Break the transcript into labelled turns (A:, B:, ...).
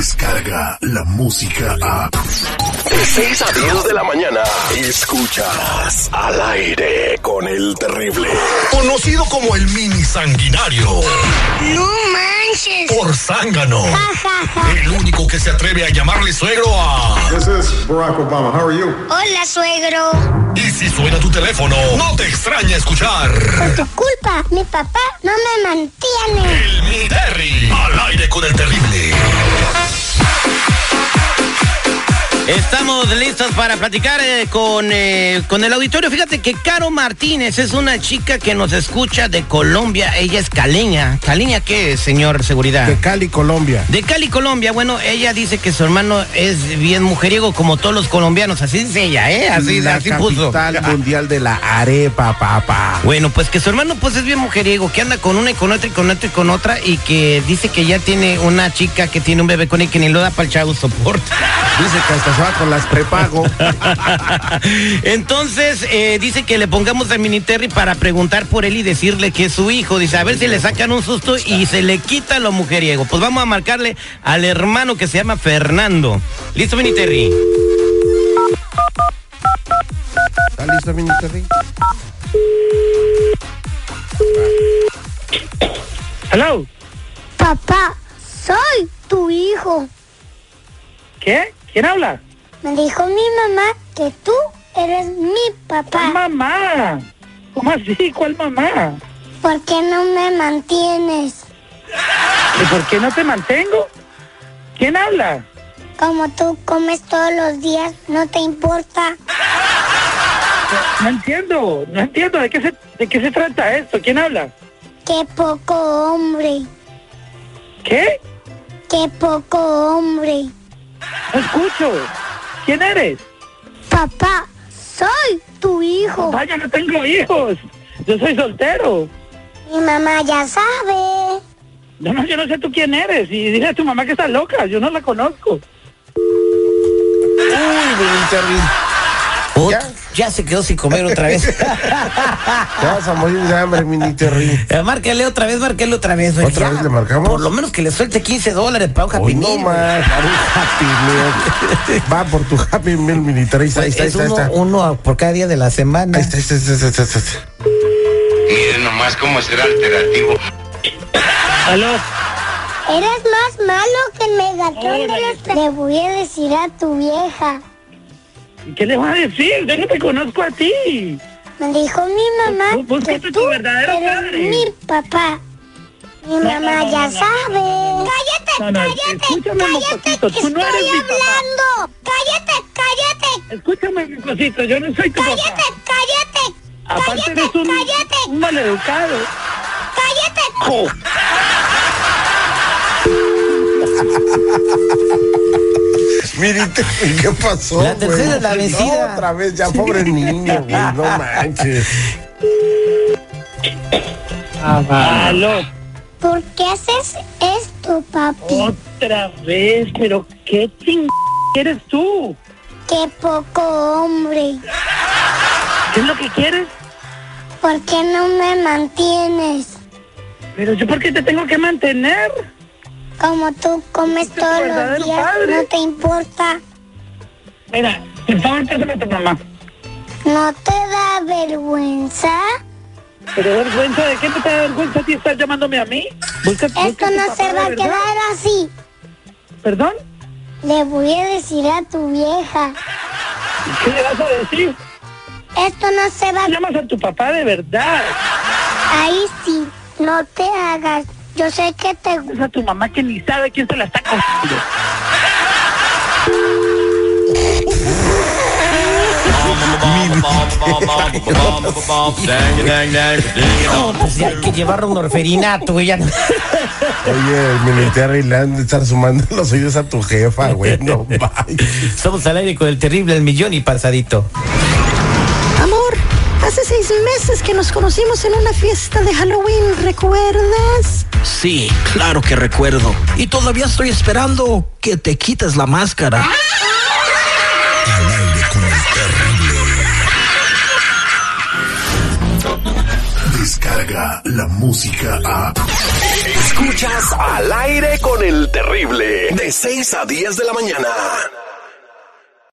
A: Escucha la música a.
B: De 6 a 10 de la mañana. Escuchas al aire con el terrible.
C: Conocido como el mini sanguinario.
D: No manches.
C: Por zángano. El único que se atreve a llamarle suegro a.
E: This is Barack Obama. How are you?
D: Hola, suegro.
C: Y si suena tu teléfono, no te extraña escuchar.
D: Por tu culpa, mi papá no me mantiene.
C: El mini Terry. Al aire con el terrible.
F: Estamos listos para platicar eh, con, eh, con el auditorio. Fíjate que Caro Martínez es una chica que nos escucha de Colombia. Ella es caleña. ¿Caleña qué es, señor seguridad?
A: De Cali, Colombia.
F: De Cali, Colombia. Bueno, ella dice que su hermano es bien mujeriego como todos los colombianos. Así dice ella, ¿eh? Así,
A: la
F: así puso.
A: capital mundial de la arepa, papá.
F: Bueno, pues que su hermano pues es bien mujeriego, que anda con una y con otra y con otra y con otra y que dice que ya tiene una chica que tiene un bebé con él que ni lo da para el chavo soporta.
A: Dice que hasta se va con las prepago.
F: Entonces, eh, dice que le pongamos a Mini Terry para preguntar por él y decirle que es su hijo. Dice, a ver si le sacan un susto y se le quita lo mujeriego. Pues vamos a marcarle al hermano que se llama Fernando. ¿Listo, Mini Terry?
A: ¿Está listo, mini Terry?
G: Hello.
D: Papá, soy tu hijo.
G: ¿Qué? ¿Quién habla?
D: Me dijo mi mamá que tú eres mi
G: ¿Cuál
D: papá.
G: mamá? ¿Cómo así? ¿Cuál mamá?
D: ¿Por qué no me mantienes?
G: ¿Y por qué no te mantengo? ¿Quién habla?
D: Como tú comes todos los días, no te importa.
G: No entiendo, no entiendo. ¿De qué se, de qué se trata esto? ¿Quién habla?
D: Qué poco hombre.
G: ¿Qué?
D: Qué poco hombre.
G: No escucho. ¿Quién eres?
D: Papá, soy tu hijo.
G: Vaya, no tengo hijos. Yo soy soltero.
D: Mi mamá ya sabe.
G: No, no, yo no sé tú quién eres. Y dile a tu mamá que está loca. Yo no la conozco.
A: Uy, mini Terry.
F: Ot-
A: Ya.
F: ya se quedó sin comer otra vez.
A: Te vas a morir de hambre, mini Terry.
F: Eh, Márcale otra vez, márcale otra vez. güey.
A: ¿Otra
F: Ya,
A: vez le marcamos?
F: Por lo menos que le suelte 15 dólares para un happy
A: Hoy no
F: meal,
A: más,
F: güey.
A: para un happy meal. Va por tu happy meal, mini Terry. Ahí está, ahí
F: Es
A: está, ahí
F: uno,
A: está.
F: uno por cada día de la semana.
A: Ahí está, ahí está, ahí está, ahí está, ahí está.
H: Miren nomás cómo será alternativo.
G: ¿Aló?
D: Eres más malo que el megatron de los... Le voy a decir a tu vieja.
G: ¿Y ¿Qué le vas a decir? Yo no te conozco a ti.
D: Me dijo mi mamá
G: Bú- búscate
D: que
G: pues tu
D: tú
G: verdadero
D: eres
G: padre.
D: mi papá. Mi mamá
G: no,
D: ya
G: no, no,
D: sabe. Cállate,
G: No, no, escúchame un poquito, tú no eres mi papá.
D: Cállate, cállate,
G: Escúchame mi cosito. Yo no soy tu papá.
D: cállate,
G: Aparte eres un,
D: cállate.
G: un maleducado.
D: cállate.
A: Mini Terry, ¿qué pasó?
F: La tercera
A: güey?
F: es la vencida.
A: No, otra vez, ya, pobre niño, güey. No manches.
G: Aló.
D: ¿Por qué haces esto, papi?
G: Oh. Otra vez, pero qué ching quieres tú.
D: Qué poco hombre.
G: ¿Qué es lo que quieres?
D: ¿Por qué no me mantienes?
G: Pero yo por qué te tengo que mantener.
D: Como tú comes
G: tu
D: todos los
G: Este verdadero
D: días,
G: padre.
D: no te importa.
G: Mira, por favor, pásame a tu mamá.
D: ¿No te da vergüenza?
G: Pero vergüenza, ¿de qué te da vergüenza a ti estar llamándome a mí? Busca- busca
D: Esto
G: a tu
D: no
G: papá
D: se
G: de
D: va a
G: verdad.
D: quedar así.
G: ¿Perdón?
D: Le voy a decir a tu vieja.
G: ¿Qué le vas a decir?
D: Esto no se va
G: Llamas a tu papá de verdad.
D: Ahí sí, no te hagas. Yo sé que te gusta.
G: Es a tu mamá que ni sabe quién se la está cogiendo.
F: No, pues ya hay que llevar un orferinato, güey. ya no.
A: Oye, el mini Terry le han de estar sumando los oídos a tu jefa, güey. No manches.
F: Somos al aire con el terrible, el millón y pasadito.
I: Amor, hace seis meses que nos conocimos en una fiesta de Halloween, ¿recuerdas?
J: Sí, claro que recuerdo. Y todavía estoy esperando que te quites la máscara.
A: Descarga la música a.
B: Escuchas al aire con el terrible de 6 a 10 de la mañana.